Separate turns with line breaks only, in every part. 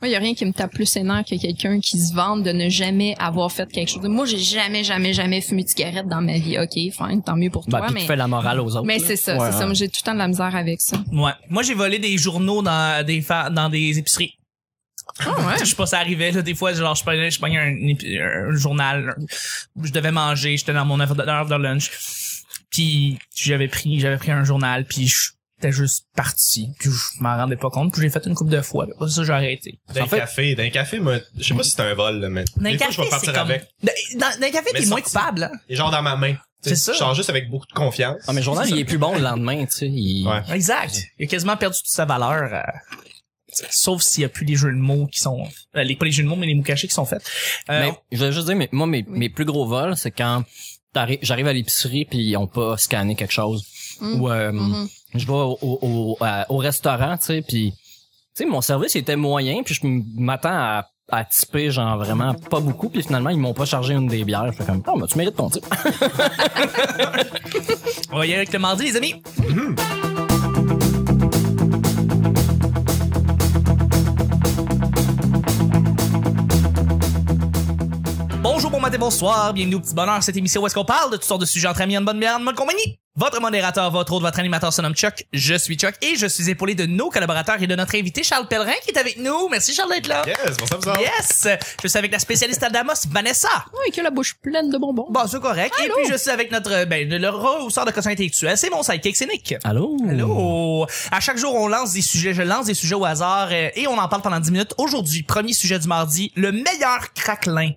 Moi, il y a rien qui me tape plus les nerfs que quelqu'un qui se vante de ne jamais avoir fait quelque chose. Moi, j'ai jamais, jamais, jamais fumé de cigarette dans ma vie. OK, fine, tant mieux pour
Ben,
toi,
puis
mais
tu fais la morale aux autres.
mais
là.
c'est ça,
Ouais,
c'est ça.
hein.
Moi, J'ai tout le temps de la misère avec ça.
Ouais. Moi, j'ai volé des journaux dans des, fa- dans des épiceries.
Ah,
Je sais pas, ça arrivait, là, des fois, genre, je prenais, je prenais un, épi- un journal, je devais manger, j'étais dans mon heure de, heure de lunch, puis j'avais pris, j'avais pris un journal, puis j'étais juste parti, puis je m'en rendais pas compte, puis j'ai fait une couple de fois, puis après ça, j'ai arrêté.
En
D'un
fait-
café, d'un café, moi, je sais pas si c'est un vol, là, mais.
Dans
des
un
fois, je
café,
vais
c'est
partir
comme... Ben,
avec.
Dans- Dans dans un café,
Mais
t'es moins
sorti-
coupable, hein?
Et genre dans ma main. Tu sais,
C'est ça.
Je sors juste avec beaucoup de confiance.
Ah, mais le journal, il est plus bon le lendemain, tu sais. il-
Ouais.
Exact. Il a quasiment perdu toute sa valeur. euh, sauf s'il y a plus les jeux de mots qui sont... euh, les, pas les jeux de mots, mais les mots cachés qui sont faits. Euh,
Mais je vais juste dire, mais moi, mes, mes plus gros vols, c'est quand t'arri- j'arrive à l'épicerie puis ils ont pas scanné quelque chose.
Mm.
Ou euh,
Mhm.
je vais au, au, au, à- au restaurant, tu sais, puis tu sais, mon service était moyen, puis je m'attends à à typer genre vraiment pas beaucoup puis finalement ils m'ont pas chargé une des bières je fais comme oh mais tu mérites ton type
On va y aller avec le mardi, les amis. Bonjour, bon matin, bonsoir. Bienvenue au Petit Bonheur, cette émission où est-ce qu'on parle de toutes sortes de sujets entre amis, en bonne bière, en bonne compagnie. Votre modérateur, votre autre, votre animateur se nomme Chuck. Je suis Chuck et je suis épaulé de nos collaborateurs et de notre invité Charles Pellerin qui est avec nous. Merci Charles d'être là.
Yes, bon ça vous autres.
Yes! Je suis avec la spécialiste Adamos, Vanessa.
Ah, Ouais, que la bouche pleine de bonbons.
Bon, c'est correct.
Allô?
Et puis, je suis avec notre, ben, le rehausseur de quotient intellectuel. C'est mon sidekick, c'est Nick.
allô
Allô? À chaque jour, on lance des sujets. Je lance des sujets au hasard euh, et on en parle pendant 10 minutes. Aujourd'hui, premier sujet du mardi, le meilleur craquelin.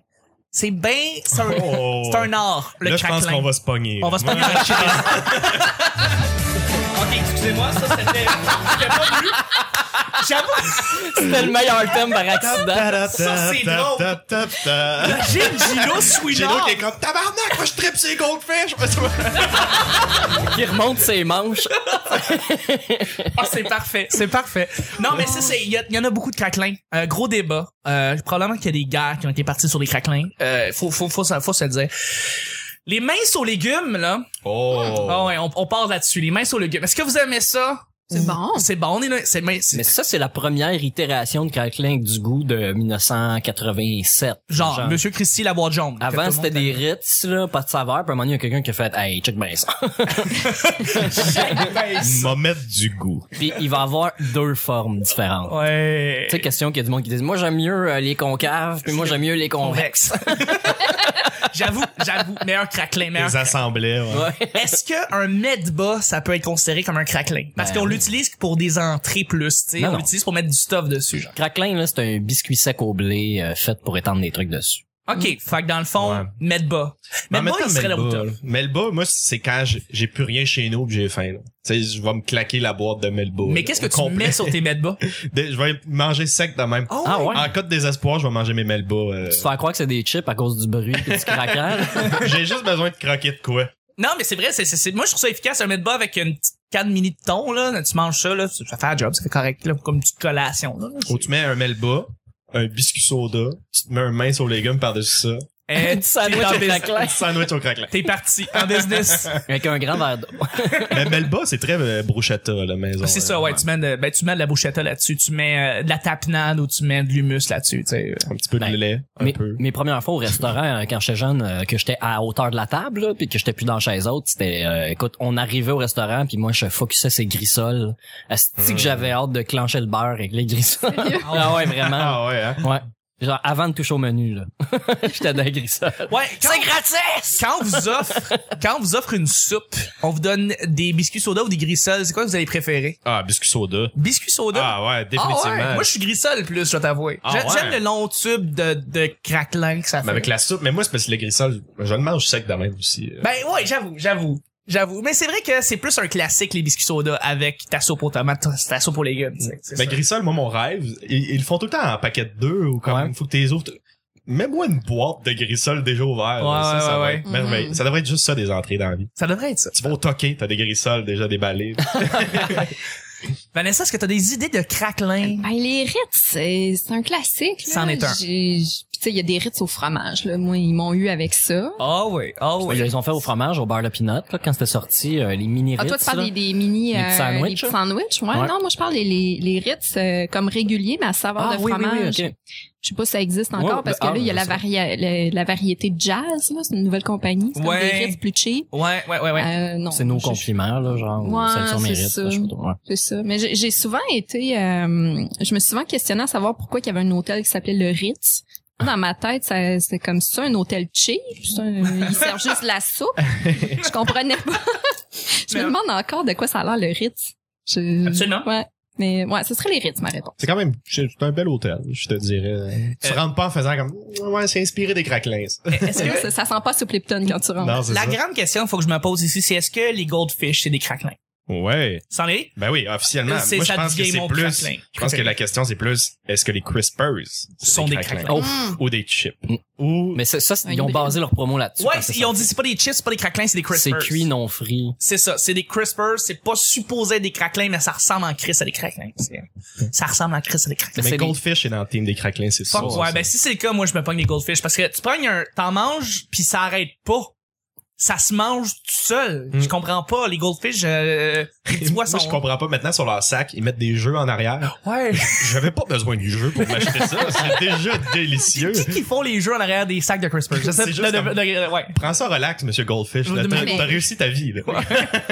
C'est ben, c'est un,
Oh.
c'est un art, le
là, je
craquelin.
pense qu'on va se pogner.
On va se pogner dans le chest. Ok, excusez-moi, ça c'était. J'ai pas vu. J'avoue,
c'était le meilleur thème par accident
Ça, c'est drôle.
drôle.
j'ai Oh. Gino
J'ai l'autre
Swinard.
qui est comme tabarnak, moi je tripe ces goldfish.
qui remonte ses manches
Ah, c'est parfait, c'est parfait. Non, mais ça, c'est, il y, a- il y en a beaucoup de craquelins. Euh, gros débat. Euh, probablement qu'il y a des guerres qui ont été parties sur les craquelins. Euh, faut, faut, faut, se- faut se le dire. Les minces aux légumes, là.
Oh.
Ah ouais, on, on part là-dessus. Les minces aux légumes. Est-ce que vous aimez ça?
C'est bon.
C'est bon, on est là. C'est mince.
mais ça c'est la première itération de craquelin avec du goût de 1987
Genre, Monsieur Christie, la boîte jaune. Que tout
Avant,
le
c'était
monde
des Ritz, là, pas de saveur. Puis à un moment donné, il y a quelqu'un qui a fait « Hey, check bien ça.
ben,
Il m'a mettre du goût. »
Puis il va avoir deux formes différentes.
Ouais.
Tu sais, question qu'il y a du monde qui dit « Moi, j'aime mieux euh, les concaves, puis moi, j'aime mieux les convexes.
Convexe. j'avoue, j'avoue. Meilleur craquelin, meilleur
Les assemblées, ouais.
Est-ce que un medba ça peut être considéré comme un craquelin Parce
Ben
qu'on
oui.
l'utilise pour des entrées plus, tu sais,
Non,
on
non.
l'utilise pour mettre du stuff dessus. Genre.
Craquelin, là, c'est un biscuit sec au blé euh, fait pour étendre des trucs dessus.
OK, fait que dans le fond,
Ouais.
medba.
Mais en
Medba,
même temps,
il serait le
Melba,
routeur.
là. Melba, moi, c'est quand j'ai- j'ai plus rien chez nous pis j'ai faim. là. Tu sais, je vais me claquer la boîte de Melba.
Mais
là,
qu'est-ce
au
que tu
complet.
mets sur tes medba
Des- Je vais manger sec de même.
Oh,
Ah ouais?
En cas de désespoir, je vais manger mes Melba. euh.
Tu te fais croire que c'est des chips à cause du bruit puis du craquage.
j'ai juste besoin de croquer de quoi.
Non, mais c'est vrai, c'est, c'est, c'est- moi je trouve ça efficace un medba avec une petite canne mini de thon là, tu manges ça là, ça fait un job, ça fait correct là, comme une petite collation là.
Ou tu mets un Melba, un biscuit soda, tu te mets un mince aux légumes par-dessus ça.
Eh,
Un petit sandwich
t'es en
au
business.
craquelin.
Un sandwich au craquelin.
T'es parti en business.
Avec un grand verre d'eau.
Mais Melba, c'est très euh, bruschetta, la maison.
Ah, c'est
euh,
ça, ouais, tu mets de, ben tu mets de la bouchetta là-dessus, tu mets euh, de la tapenade ou tu mets de l'humus là-dessus, tu sais. euh.
Un petit peu de
Ben,
lait, un
Mes,
peu.
mes premières fois au restaurant, euh, quand j'étais jeune, euh, que j'étais à hauteur de la table, là, puis que j'étais plus dans la chaise haute, c'était... euh, écoute, on arrivait au restaurant, puis moi, je focusais ces grissoles. Asti
Hmm.
que j'avais hâte de clencher le beurre avec les grissoles. ah ouais, vraiment.
Ah ouais, hein?
Ouais. Genre, avant de toucher au menu, là. j'étais dans les grissoles.
Ouais, c'est gratis! Quand vous offre, quand vous offre une soupe, on vous donne des biscuits soda ou des grissoles. C'est quoi que vous allez préférer?
Ah, biscuit soda.
Biscuits soda?
Ah ouais,
Ah
définitivement.
ouais. Moi, je suis grissole plus, je dois t'avouer.
Ah
J'ai-
ouais.
J'aime le long tube de, de craquelin que ça fait.
Mais avec la soupe, mais moi, c'est parce que le grissol, je le mange sec de même aussi. euh.
Ben ouais, j'avoue, j'avoue. J'avoue. Mais c'est vrai que c'est plus un classique, les biscuits soda, avec ta soupe aux tomates, ta soupe aux légumes. tu sais, c'est
Mais
ça.
grissol, Ben, moi, mon rêve, ils, ils le font tout le temps en paquet de deux ou comme,
Ouais.
faut que t'es autres. Mets-moi une boîte de grissol déjà ouvert. là.
Ouais,
ça, ça
ouais,
va
ouais.
être merveilleux.
Mhm.
Ça devrait être juste ça, des entrées dans la vie.
Ça devrait être ça.
Tu vas au toquet, t'as des grissoles déjà déballées.
Vanessa, est-ce que t'as des idées de craquelin?
Ben, les Ritz, c'est c'est un classique. là.
C'en est un.
J'ai- j'- tu sais, il y a des Ritz au fromage. Là. Moi, ils m'ont eu avec ça.
Ah oui, ah
Oh,
Ben,
Ils les ont fait au fromage, au beurre de peanut, là, quand c'était sorti, euh, les mini
Ah,
Ritz.
toi, tu parles
là.
des, des mini
Les petits
euh,
sandwichs,
les petits
là.
sandwichs. Ouais,
Ouais.
non, moi, je parle des les, les Ritz euh, comme réguliers, mais à saveur
Ah
de
oui, oui,
fromage.
oui, ok.
Je sais pas si ça existe
Ouais,
encore parce que
ben,
là, il y a
ah,
la,
je sais.
varia- le- la variété jazz. là. C'est une nouvelle compagnie. C'est
Ouais.
comme des Ritz plus cheap.
Ouais, ouais, ouais, ouais.
Euh, non,
C'est nos
je-
compliments, là, genre, ou
Ouais,
celles sur
c'est
mérite, là,
ça.
je sais pas trop, ouais.
C'est ça. Mais j'ai j'ai souvent été, euh, je me suis souvent questionnée à savoir pourquoi il y avait un hôtel qui s'appelait le Ritz. Dans ma tête, ça- c'était comme ça, un hôtel cheap. c'est un- Ils servent juste de la soupe. Je comprenais pas. je me
Mais-
demande encore de quoi ça a l'air le Ritz. Je-
Absolument.
Ouais. Mais ouais, ce serait les Ritz, ma réponse.
C'est quand même, c'est c'est un bel hôtel, je te dirais. Tu
Euh,
rentres pas en faisant comme, ouais, c'est inspiré des craquelins. ça.
Est-ce que-
ça, ça sent pas soupe Lipton quand tu rentres.
Non, c'est
la
ça.
grande question qu'il faut que je me pose ici, c'est est-ce que les goldfish, c'est des craquelins?
Ouais.
C'en est?
Ben oui, officiellement.
C'est-
Moi, je
ça
pense que
devient
c'est
mon
plus,
craquelin.
je pense que la question, c'est plus, est-ce que les crispers c'est
Sont des craquelins.
Oh,
Ou des chips.
Mm.
Ou,
mais ça, ça, c'est-
Un
ils ont
hybride.
basé leur promo là-dessus.
Ouais,
parce que
ils ont dit c'est pas des chips, c'est pas des craquelins, c'est des
c'est
crispers.
cuit, non frit.
C'est ça, c'est des crispers, c'est pas supposé être des craquelins, mais ça ressemble en Chris à des craquelins. C'est- Ça ressemble en Chris à des craquelins.
mais
c'est des-
Goldfish est dans le team des craquelins, c'est ça.
Fuck ouais, ben si c'est le cas, moi je me pogne des goldfish parce que tu pognes un, t'en manges puis ça arrête pas. Ça se mange tout seul.
Mm.
Je comprends pas les goldfish. Euh, les petits
Moi,
poissons.
je comprends pas maintenant sur leur sac, ils mettent des jeux en arrière.
Ouais.
J'avais pas besoin du jeu pour m'acheter ça. C'est déjà délicieux.
Qui qui font les jeux en arrière des sacs de crispers Je sais-
C'est juste
de- de-
comme-
de- ouais.
Prends ça relax, monsieur Goldfish. là.
Mais-
T'as
mais-
t'as réussi ta vie. là.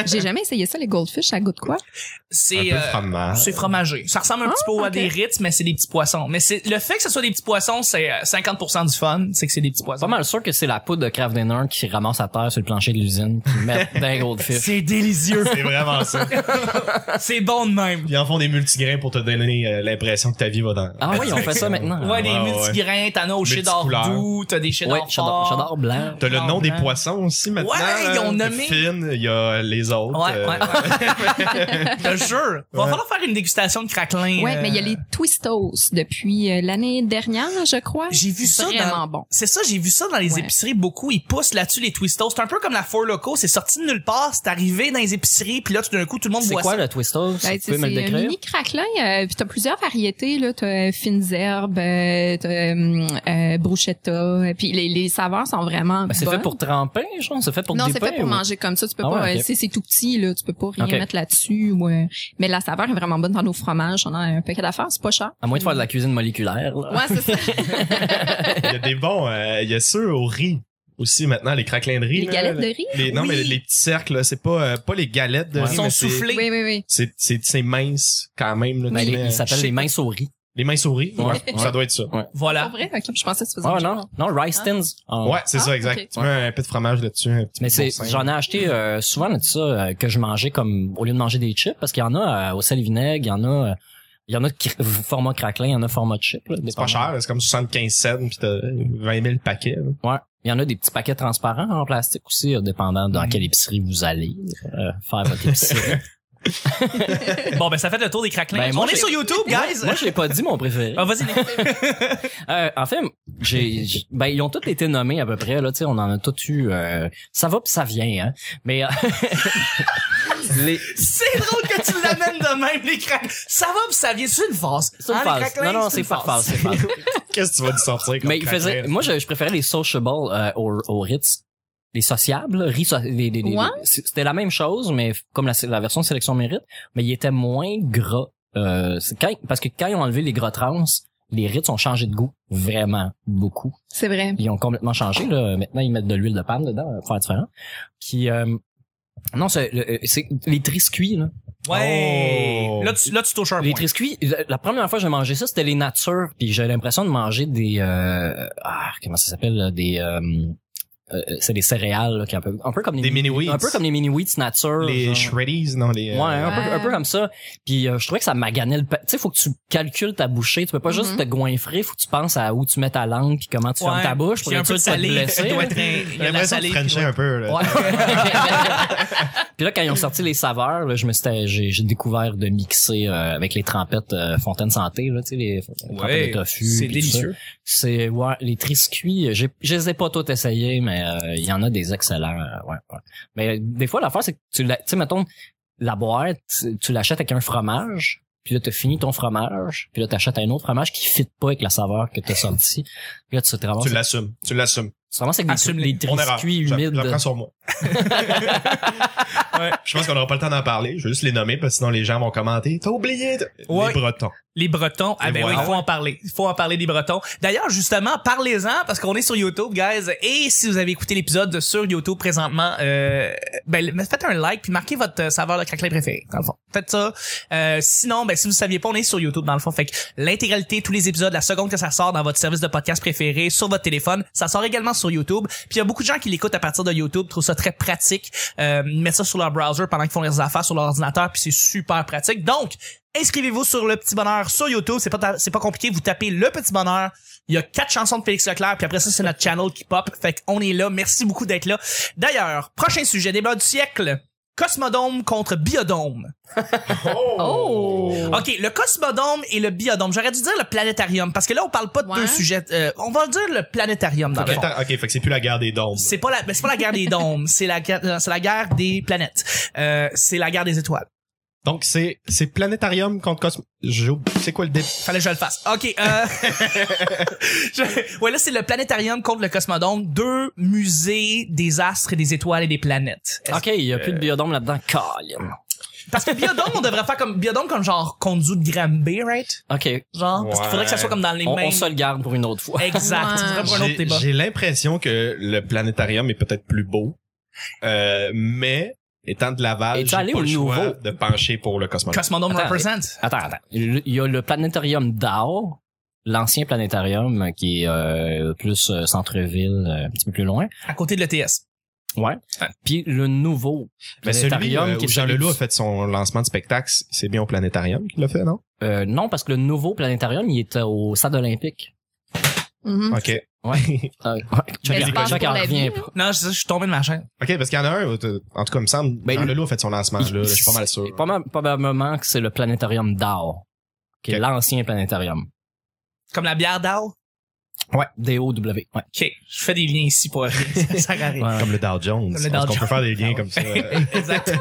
J'ai jamais essayé ça, les goldfish, ça goûte quoi?
Un peu
C'est
de
euh,
fromage.
c'est fromagé. Ça ressemble un petit peu à
ok.
des Ritz, mais c'est des petits poissons. Mais c'est le fait que ce soit des petits poissons, c'est euh, 50% du fun, c'est que c'est des petits
Pas
poissons.
mal sûr que c'est la poudre de Kraft Dinner qui ramasse à terre sur le plancher de l'usine, qui met d'un goldfish.
C'est délicieux.
C'est vraiment ça.
c'est bon de même.
Ils en font des multigrains pour te donner euh, l'impression que ta vie va dans.
Ah oui, on fait ça maintenant.
Ouais, des
ouais, ouais.
multigrains, t'en as au cheddar
Multicouleurs.
doux, t'as des cheddar
Ouais, j'adore,
forts.
j'adore blanc.
T'as le
Ah,
nom des
blanc.
poissons aussi maintenant.
Ouais,
là.
ils ont
T'as
nommé.
Finn, il y a les autres.
Ouais,
euh,
ouais, ouais. Je te jure. Va
Ouais.
falloir faire une dégustation de craquelin.
Ouais,
euh,
mais il y a les Twistos depuis euh, l'année dernière, je crois.
euh, J'ai vu ça
Vraiment
dans-
bon.
C'est ça, j'ai vu ça dans les
Ouais.
épiceries beaucoup. Ils poussent là-dessus les Twistos. C'est un peu comme la Four Loco. C'est sorti de nulle part. C'est arrivé dans les épiceries. Puis là, tout d'un coup, tout le monde
C'est
boit
quoi
ça.
le Twisto?
Ben,
Tu
c'est
peux me le
c'est un
décrire?
mini craquelin, euh, puis t'as plusieurs variétés là, t'as euh, fines herbes, euh, t'as euh, euh, bruschetta, et puis les, les saveurs sont vraiment
Ben, c'est
bonnes.
fait pour tremper, je pense. C'est fait pour
non, c'est
dipper,
fait pour
ou-
manger comme ça. Tu peux
Ah
pas,
ouais,
euh,
ok.
c'est c'est tout petit là, tu peux pas rien
Ok.
mettre là-dessus. ou, euh, mais la saveur est vraiment bonne dans nos fromages. On a un paquet d'affaires, c'est pas cher.
À moins de faire de la cuisine moléculaire, là.
Ouais, c'est ça.
Il y a des bons. euh, Il y a ceux au riz aussi maintenant, les craquelins de riz.
les
là.
galettes de riz.
Les- non,
Oui.
mais les, les petits cercles, là, c'est pas, euh, pas les galettes de
Ouais.
riz.
Ils sont
mais c'est-
soufflés.
Oui, oui, oui.
C'est, c'est, c'est mince quand même. Là,
Mais
tu
les-
mets-
il s'appelle les mains souris.
Les minces au riz.
Ouais.
Ça doit être ça.
Pour
Voilà.
vrai, ok. Je pensais que tu faisais.
Ah
autre chose.
non, non, rice
Ah.
tins. Ah.
Ouais, c'est
Ah,
ça, exact.
ok.
Tu mets un peu de fromage là-dessus, un petit
Mais c'est,
boursin.
j'en ai acheté euh, souvent de ça euh, que je mangeais comme au lieu de manger des chips parce qu'il y en a euh, au sel et vinaigre, il y en a, euh, il y en a qui- format craquelin, il y en a format chip. là,
C'est pas
dépendamment.
cher, c'est comme 75 cents pis t'as 20 000 paquets. là.
Ouais. Il y en a des petits paquets transparents en plastique aussi, euh, dépendant
Mm-hmm.
dans quelle épicerie vous allez euh, faire votre épicerie.
Bon, ben, ça fait le tour des craquelins.
Ben, moi,
On est
j'ai-
sur YouTube, guys.
Moi, je l'ai pas dit mon préféré.
Ah, vas-y. Nick.
Euh, en fait, j'ai, j'ai- ben ils ont tous été nommés à peu près là, tu sais, on en a tous eu. euh, ça va puis ça vient, hein. Mais euh, les,
c'est drôle que tu l'amènes de même, les craquelins. Ça va, pis ça vient. C'est une farce.
c'est une
Hein, les
phase.
craquelins,
Non, non,
une
c'est pas
farce.
phase, c'est phase.
Qu'est-ce que tu vas nous sortir comme
Mais il
craquelin,
faisait,
là?
moi je, je préférais les sociables euh, aux, aux Ritz. Les sociables, là, riz so- les- les- les-
Ouais.
c'est- c'était la même chose, mais f- comme la, la version sélection mérite, mais il était moins gras. Euh, c'est quand- parce que quand ils ont enlevé les gras trans, les Ritz ont changé de goût vraiment beaucoup.
C'est vrai.
Ils ont complètement changé. Là. Maintenant, ils mettent de l'huile de palme dedans euh, pour faire différent. Puis, euh, non, c'est le- euh, c'est les triscuits. Là.
Ouais.
Oh.
Là, tu, là, tu touches un
Les
point.
triscuits, la, la première fois que j'ai mangé ça, c'était les natures, puis j'ai l'impression de manger des euh, ah, comment ça s'appelle là, des euh, euh, c'est des céréales là, qui est un peu un peu comme
Des mini wheats.
un peu comme les mini wheats nature.
les
genre.
shreddies, non, les,
Ouais,
euh,
un peu,
Ouais.
un peu comme ça. Puis euh, je trouvais que ça maganait le pa- tu sais faut que tu calcules ta bouchée, tu peux pas juste
Mhm.
te goinfrer, faut que tu penses à où tu mets ta langue puis comment tu
Ouais.
fermes ta bouche pour
Puis un
être sûr
peu
de pas te
salé.
blesser.
doit
là.
être un- il y a
J'ai
de la
l'impression
salée.
de
puis
frencher
ouais.
un peu, là.
Puis là, quand ils ont sorti les saveurs, là, je me suis, j'ai, j'ai découvert de mixer euh, avec les trempettes euh, Fontaine Santé, là, tu sais, les trempettes de tofu.
c'est
puis tout ça.
délicieux.
C'est ouais, les triscuits, euh, j'ai, je les ai pas tous essayés, mais euh, il y en a des excellents. euh, ouais, ouais. Mais euh, des fois, l'affaire, c'est que tu, la- tu sais, mettons, la boîte, tu- tu l'achètes avec un fromage, puis là, t'as fini ton fromage, puis là, t'achètes un autre fromage qui fit pas avec la saveur que t'as sorti. Puis là, tu te ramasses,
Tu l'assumes. Tu l'assumes.
tu te ramasses avec
Assume
des, des
Mon erreur.
biscuits
Je la- Je
humides.
la prends sur moi. Ouais, Je pense qu'on n'aura pas le temps d'en parler. Je vais juste les nommer parce que sinon les gens vont commenter. T'as oublié de-
Ouais.
les Bretons.
Les Bretons, ah
Et
ben
voilà.
oui, il faut en parler. Il faut en parler des Bretons. D'ailleurs, justement, parlez-en parce qu'on est sur YouTube, guys. Et si vous avez écouté l'épisode sur YouTube présentement, euh, ben le- faites un like puis marquez votre euh, saveur de craquelin préféré. Dans le fond, faites ça. Euh, sinon, ben si vous saviez pas, on est sur YouTube dans le fond. Fait que l'intégralité, tous les épisodes, la seconde que ça sort dans votre service de podcast préféré, sur votre téléphone, ça sort également sur YouTube. Puis il y a beaucoup de gens qui l'écoutent à partir de YouTube, trouvent ça très pratique. Euh, ils mettent ça sur leur browser pendant qu'ils font leurs affaires sur leur ordinateur, puis c'est super pratique. Donc Inscrivez-vous sur le petit bonheur sur YouTube, c'est pas ta- c'est pas compliqué, vous tapez le petit bonheur. Il y a quatre chansons de Félix Leclerc, puis après ça c'est notre channel qui pop. Fait qu'on est là, merci beaucoup d'être là. D'ailleurs, prochain sujet débat du siècle. Cosmodome contre Biodome.
Oh!
Oh!
OK, le Cosmodome et le Biodome. J'aurais dû dire le planétarium parce que là on parle pas de
Ouais.
deux sujets. Euh, on va dire le planétarium dans le fond.
Attends, ok, fait que c'est plus la guerre des dômes.
C'est pas la mais c'est pas la guerre des dômes, c'est la guerre euh, c'est la guerre des planètes. Euh, c'est la guerre des étoiles.
Donc c'est c'est planétarium contre Cosmo. j'ai oublié- C'est quoi le dé
Fallait que je le fasse. OK. Euh... je- Ouais, là, c'est le planétarium contre le cosmodome. Deux musées des astres et des étoiles et des planètes. Est-ce-
OK, il y a plus de biodome là-dedans. Colin.
Parce que biodome, on devrait faire comme biodome comme genre conduit de Granby, right?
OK,
Genre, parce qu'il faudrait que ça soit comme dans les
on,
mêmes...
on se le garde pour une autre fois.
Exact.
Ouais.
C'est
Ah,
vraiment pour un autre
J'ai-
débat.
J'ai l'impression que le planétarium est peut-être plus beau, euh, mais étant de Laval,
Es-tu
j'ai pas
allé au
le choix
nouveau?
de pencher pour le Cosmodome.
Cosmodome
Attends,
represent.
Attends, attends. Il il y a le planétarium d'Ao, l'ancien planétarium qui est euh, plus euh, centre-ville, euh, un petit peu plus loin.
À côté de l'ETS.
Ouais. Puis le nouveau
Mais celui
planétarium
euh,
qui
où
est
Jean
celui
Leloup a
du-
fait son lancement de spectacle, c- c'est bien au planétarium qu'il l'a fait, non
Euh, non, parce que le nouveau planétarium, il est euh, au stade olympique. Mm.
Mhm.
Ok.
Euh, ouais,
Mais
Chuck-
c'est pas
Chuck
pour
en
la vie,
revient pas.
Non, je, je suis tombé de ma chaîne.
Ok, parce qu'il y en a un. euh, En tout cas, il me semble.
Ben,
Jean Leloup a fait son lancement. Là, je suis pas mal sûr.
Pas mal- Probablement que c'est le planétarium d'Ao, qui est
Ok.
l'ancien planétarium.
Comme la bière d'Al.
Ouais. D-O-W. Ouais.
OK. Je fais des liens ici pour rien. ça sert à rien.
Ouais.
Comme le Dow Jones.
Comme
Est-ce
le Dow
qu'on peut
Jones.
faire des liens comme ça euh,
Exact.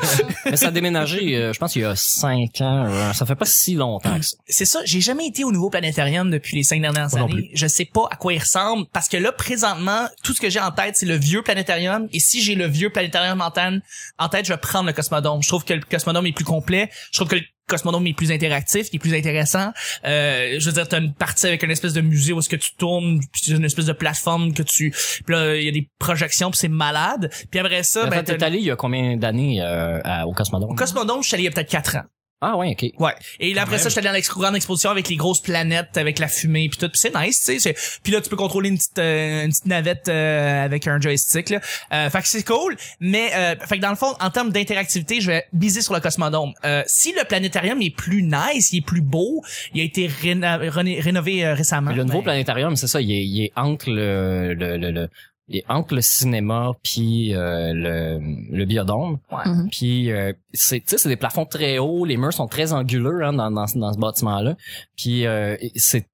Mais ça a déménagé, euh, je pense, il y a cinq ans. euh, ça fait pas si longtemps que ça.
c'est ça, j'ai jamais été au nouveau planétarium depuis les cinq dernières
Moi non
années. Je sais pas à quoi il ressemble parce que là présentement, tout ce que j'ai en tête, c'est le vieux planétarium et si j'ai le vieux planétarium en tête, en tête, je vais prendre le Cosmodome. Je trouve que le Cosmodome est plus complet, je trouve que le Cosmodome est plus interactif, il est plus intéressant. Euh, je veux dire, t'as une partie avec une espèce de musée où est-ce que tu tournes, puis t'as une espèce de plateforme que tu, puis là il y a des projections, puis c'est malade. Puis après ça,
Mais
ben,
attends,
t'as
T'es allé il y a combien d'années euh, à- au Cosmodrome?
au Cosmodome, je suis allé il y a peut-être quatre ans.
Ah ouais, ok.
Ouais. Et là, après
même.
ça, j'étais allé dans l'expo- grande exposition avec les grosses planètes, avec la fumée, puis tout. Puis c'est nice, tu sais. c'est- Puis là, tu peux contrôler une petite, euh, une petite navette euh, avec un joystick. Là. Euh, fait que c'est cool. Mais euh, fait que dans le fond, en termes d'interactivité, je vais biser sur le Cosmodome. Euh, si le planétarium est plus nice, il est plus beau, il a été réna- rené- rénové euh, récemment.
Mais le nouveau
ben,
planétarium, c'est ça, il est, il est entre le, le, le, le- il est entre le cinéma puis euh, le, le biodôme.
Ouais.
Mhm.
Puis euh, c'est tu sais, c'est des plafonds très hauts, les murs sont très anguleux hein, dans, dans, ce- dans ce bâtiment là. Puis euh, c'est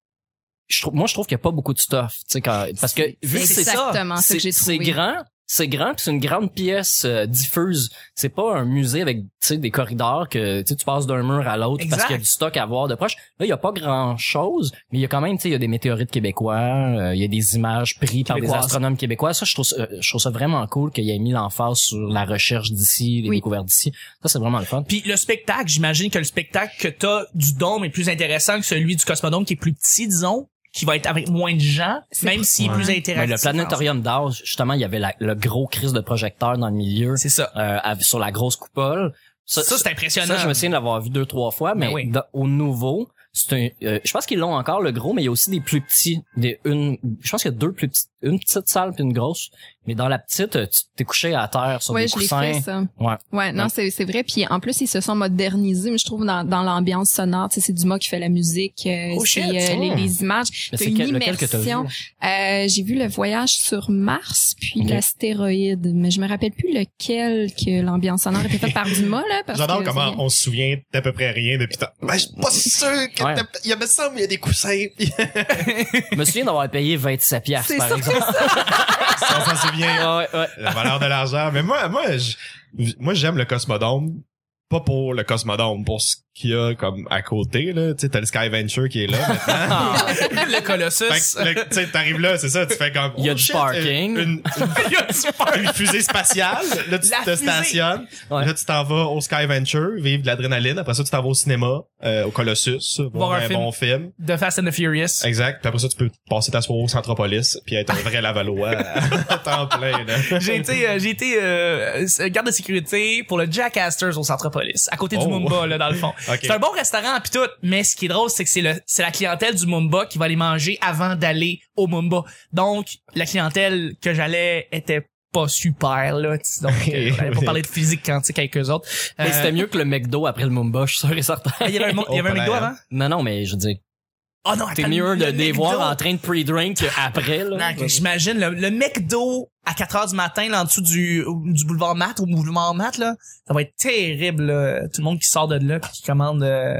je trouve moi je trouve qu'il y a pas beaucoup de stuff, tu sais quand- parce que vu que
c'est
c'est
ça.
exactement ça que
c'est
j'ai
c'est
trouvé.
grand, c'est grand, puis c'est une grande pièce euh, diffuse. C'est pas un musée avec tu sais des corridors que tu sais, tu passes d'un mur à l'autre
Exact.
parce qu'il y a du stock à voir de proche. Là, il y a pas grand-chose, mais il y a quand même tu sais il y a des météorites québécois, euh, il y a des images prises par des
Québécoises.
astronomes québécois. Ça je trouve ça- euh, je trouve ça vraiment cool qu'il ait mis l'emphase sur la recherche d'ici, les
Oui.
découvertes d'ici. Ça c'est vraiment le fun.
Puis le spectacle, j'imagine que le spectacle que t'as du dôme est plus intéressant que celui du Cosmodome qui est plus petit, disons, qui va être avec moins de gens,
C'est
même
pas-
s'il est
Ouais.
plus
Mais le
Mais
interactif.
le planétarium d'or, justement, il y avait la- le gros crise de projecteur dans le milieu
C'est ça.
euh, av- sur la grosse coupole.
Ça, c'est impressionnant.
Ça, je me souviens d'avoir vu deux, trois fois, mais
Ben oui.
dans- au nouveau, c'est un, euh, je pense qu'ils l'ont encore, le gros, mais il y a aussi des plus petits, des, une, je pense qu'il y a deux plus petites, une petite salle puis une grosse, mais dans la petite, euh, tu t'es couché à terre sur
ouais,
des
je l'ai
coussins.
fait ça.
Ouais.
Ouais, non,
Ouais.
c'est c'est vrai. Puis en plus, ils se sont modernisés, mais je trouve dans, dans l'ambiance sonore, tu sais, c'est Dumas qui fait la musique, euh,
Oh
c'est
shit,
euh, les,
hmm.
les images.
Mais
T'as
c'est
une
quel- lequel que t'as vu?
immersion. Euh, J'ai vu le voyage sur Mars, puis
Ok.
l'astéroïde, mais je me rappelle plus lequel que l'ambiance sonore était faite par Dumas là. parce
J'adore
que-
comment on se souvient d'à peu près rien depuis tant. Ben, je suis pas sûr que
Ouais.
t'as- il y avait ça, mais il y a des coussins.
Je me souviens d'avoir payé 27 piastres,
C'est
par
ça,
exemple.
Ça, on
Ah
s'en souvient.
Ouais, ouais, ouais.
La valeur de l'argent. Mais moi, moi, je- moi, j'aime le Cosmodome pas pour le Cosmodome, pour ce qu'il y a comme à côté, là. Tu sais, t'as le Sky Venture qui est là. maintenant.
le
Fait
Colossus.
que, le- tu sais, t'arrives là, c'est ça, tu fais comme.
Il y a
oh
du
shit,
parking.
Une, une-
Il y a du fun.
une fusée spatiale. Là, tu
La
te
fusée.
stationnes.
Ouais.
Là, tu t'en vas au Sky Venture, vivre de l'adrénaline. Après ça, tu t'en vas au cinéma, euh, au Colossus, voir,
un
un,
film.
bon film.
The Fast and the Furious.
Exact. Puis après ça, tu peux passer ta soirée au Centropolis puis être un vrai Lavalois euh, à temps plein. Là.
J'ai été, euh, j'ai été euh, euh, garde de sécurité pour le Jackasters au Centropolis, à côté du
Oh.
Mumba là dans le fond.
Ok.
C'est un bon restaurant pis tout, mais ce qui est drôle c'est que c'est le c'est la clientèle du Mumba qui va aller manger avant d'aller au Mumba. Donc la clientèle que j'allais était pas super là, tu- donc euh, ouais, pour parler de physique quantique avec eux autres.
Mais
Euh, ah,
c'était mieux que le McDo après le Mumba, je suis sûr et certain.
il y avait un, mo- il y avait un
Oh,
McDo
pareil,
avant
Non, non, mais je veux dire,
Oh non,
t'es
attends,
mieux de
le
les
McDo.
voir en train de pre-drink après, là.
Non, que J'imagine le, le McDo à 4 heures du matin là, en dessous du, du boulevard Mat au mouvement Mat là, ça va être terrible là. tout le monde qui sort de là puis qui commande euh,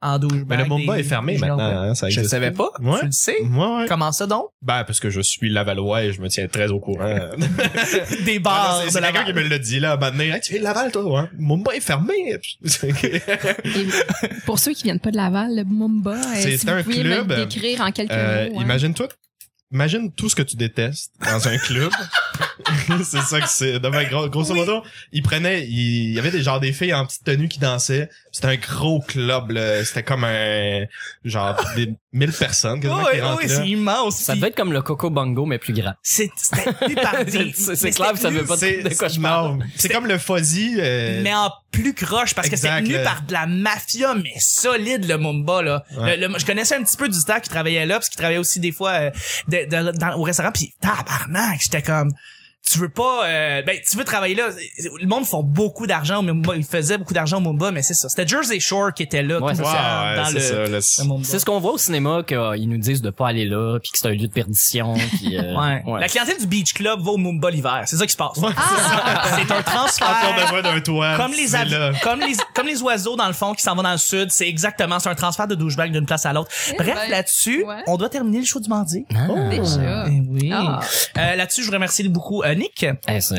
en douche.
Mais Ben, le Mumba est fermé maintenant. hein, ça
Je le
existe
savais pas.
plus. Ouais.
Tu le sais.
Ouais, ouais.
Comment ça donc
Ben, parce que je suis Lavalois et je me tiens très au courant.
Des bars
Ah, c'est
de
c'est
la
quelqu'un qui me l'a dit, là, maintenant. Hey, tu es de Laval, toi, hein? Mumba est fermé.
Et pour ceux qui viennent pas de Laval, le Mumba, euh,
C'est
si vous
un
pouviez
club,
me le décrire en quelques
Euh,
hein.
mots. hein. ouais.
Imagine-toi, imagine tout ce que tu détestes dans un club. c'est ça que c'est. Non, mais gros- grosso modo, ils prenaient, ils- il y avait des genre des filles en petite tenue qui dansaient. C'était un gros club, là. C'était comme un, genre, des mille personnes
Oui,
quasiment qui rentraient là.
c'est immense.
Ça
Puis
devait être comme le Coco Bongo, mais plus grand.
c'est c'était dépardé.
C'est- c'est
Mais
clair que ça
c'était
veut pas
C'est-
de quoi je
non, C'est comme le fuzzy, euh,
mais en plus croche parce que c'est
Exact,
tenu
là.
par de la mafia mais solide le Mumba là.
Ouais.
Le- le- je connaissais un petit peu du staff qui travaillait là parce qu'il travaillait aussi des fois euh, de- de- dans- au restaurant puis tabarnak, j'étais comme tu veux pas euh, ben tu veux travailler là le monde font beaucoup d'argent au Mumba, ils faisaient beaucoup d'argent au Mumba mais c'est ça. C'était Jersey Shore qui était là
Ouais,
tout
c'est
wow,
ça,
ouais,
dans
c'est
le,
ça, là, c'est-
le Mumba.
C'est ce qu'on voit au cinéma qu'ils nous disent de pas aller là, puis que c'est un lieu de perdition, puis euh,
Ouais.
ouais.
La clientèle du Beach Club va au Mumba l'hiver, c'est ça qui se passe. c'est un
en tour de
transfert
voix d'un toit.
comme les,
c'est
avi-
là.
comme les comme les oiseaux dans le fond qui s'en vont dans le sud, c'est exactement c'est un transfert de douchebag d'une place à l'autre.
Eh
Bref,
ben,
là-dessus,
ouais.
on doit terminer le show du mardi.
Ah.
Déjà.
Eh oui.
Ah.
Euh, là-dessus, je remercie beaucoup euh, Nick.
Eh, ça-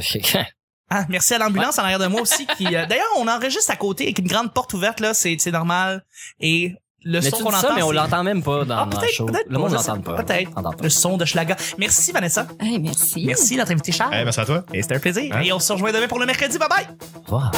Ah, merci à l'ambulance en arrière de moi aussi qui euh, d'ailleurs, on enregistre à côté avec une grande porte ouverte là, c'est c'est normal et le
Mais
son
tu
qu'on
dis
entend
ça, mais on
c'est-
l'entend même pas dans
Ah,
dans le
peut-être,
show.
peut-être
Le monde
je
l'entend
sais
pas. On l'entend
Peut-être.
pas.
Le son de Schlaga. Merci Vanessa.
Hey, merci.
Merci notre invité Charles.
Eh, merci à toi.
Et c'était un plaisir.
Hein?
Et on se rejoint demain pour le mercredi. Bye bye.
Au revoir.